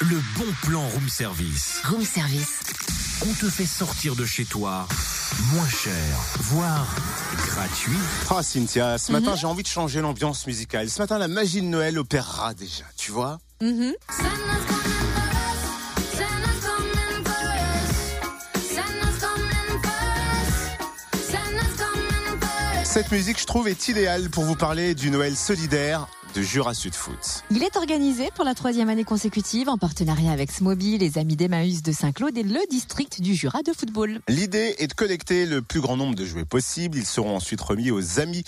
Le bon plan room service. Room service. On te fait sortir de chez toi moins cher, voire gratuit. Ah Cynthia, ce matin j'ai envie de changer l'ambiance musicale. Ce matin la magie de Noël opérera déjà, tu vois Santa's coming for us. Santa's coming for us. Santa's coming for us. Santa's coming for us. Cette musique je trouve est idéale pour vous parler du Noël solidaire de Jura Sud Foot. Il est organisé pour la troisième année consécutive en partenariat avec Smoby, les Amis d'Emmaüs de Saint-Claude et le district du Jura de football. L'idée est de collecter le plus grand nombre de jouets possible. Ils seront ensuite remis aux amis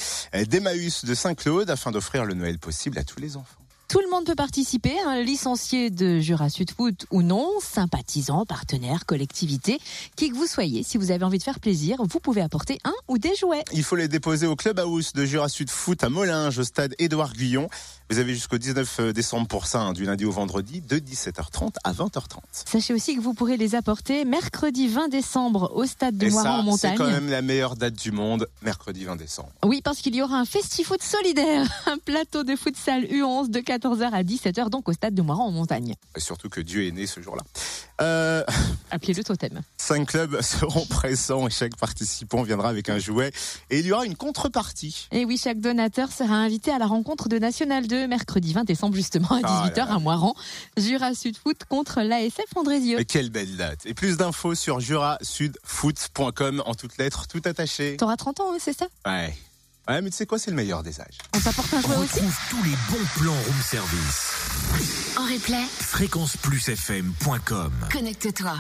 d'Emmaüs de Saint-Claude afin d'offrir le Noël possible à tous les enfants. Tout le monde peut participer, un licencié de Jura Sud Foot ou non, sympathisant, partenaire, collectivité, qui que vous soyez, si vous avez envie de faire plaisir, vous pouvez apporter un ou des jouets. Il faut les déposer au Clubhouse de Jura Sud Foot à Molinges au stade Édouard Guyon. Vous avez jusqu'au 19 décembre pour ça, hein, du lundi au vendredi, de 17h30 à 20h30. Sachez aussi que vous pourrez les apporter mercredi 20 décembre au stade de Et Moiran ça, en c'est montagne. quand même la meilleure date du monde, mercredi 20 décembre. Oui, parce qu'il y aura un festifoot solidaire, un plateau de futsal U11 de 14h à 17h, donc au stade de Moiran en montagne. Et surtout que Dieu est né ce jour-là. Euh, Appelez le totem. cinq clubs seront présents et chaque participant viendra avec un jouet. Et il y aura une contrepartie. Et oui, chaque donateur sera invité à la rencontre de National 2, mercredi 20 décembre justement à Ah 18h là là. à Moiran, Jura Sud Foot contre l'ASF Andrézieux. Et quelle belle date. Et plus d'infos sur jurasudfoot.com en toutes lettres, tout attaché. T'auras 30 ans, hein, c'est ça Ouais. Ouais, mais tu sais quoi, c'est le meilleur des âges. On t'apporte un jouet aussi Retrouve tous les bons plans room service. En replay, Fréquenceplusfm.com connecte-toi.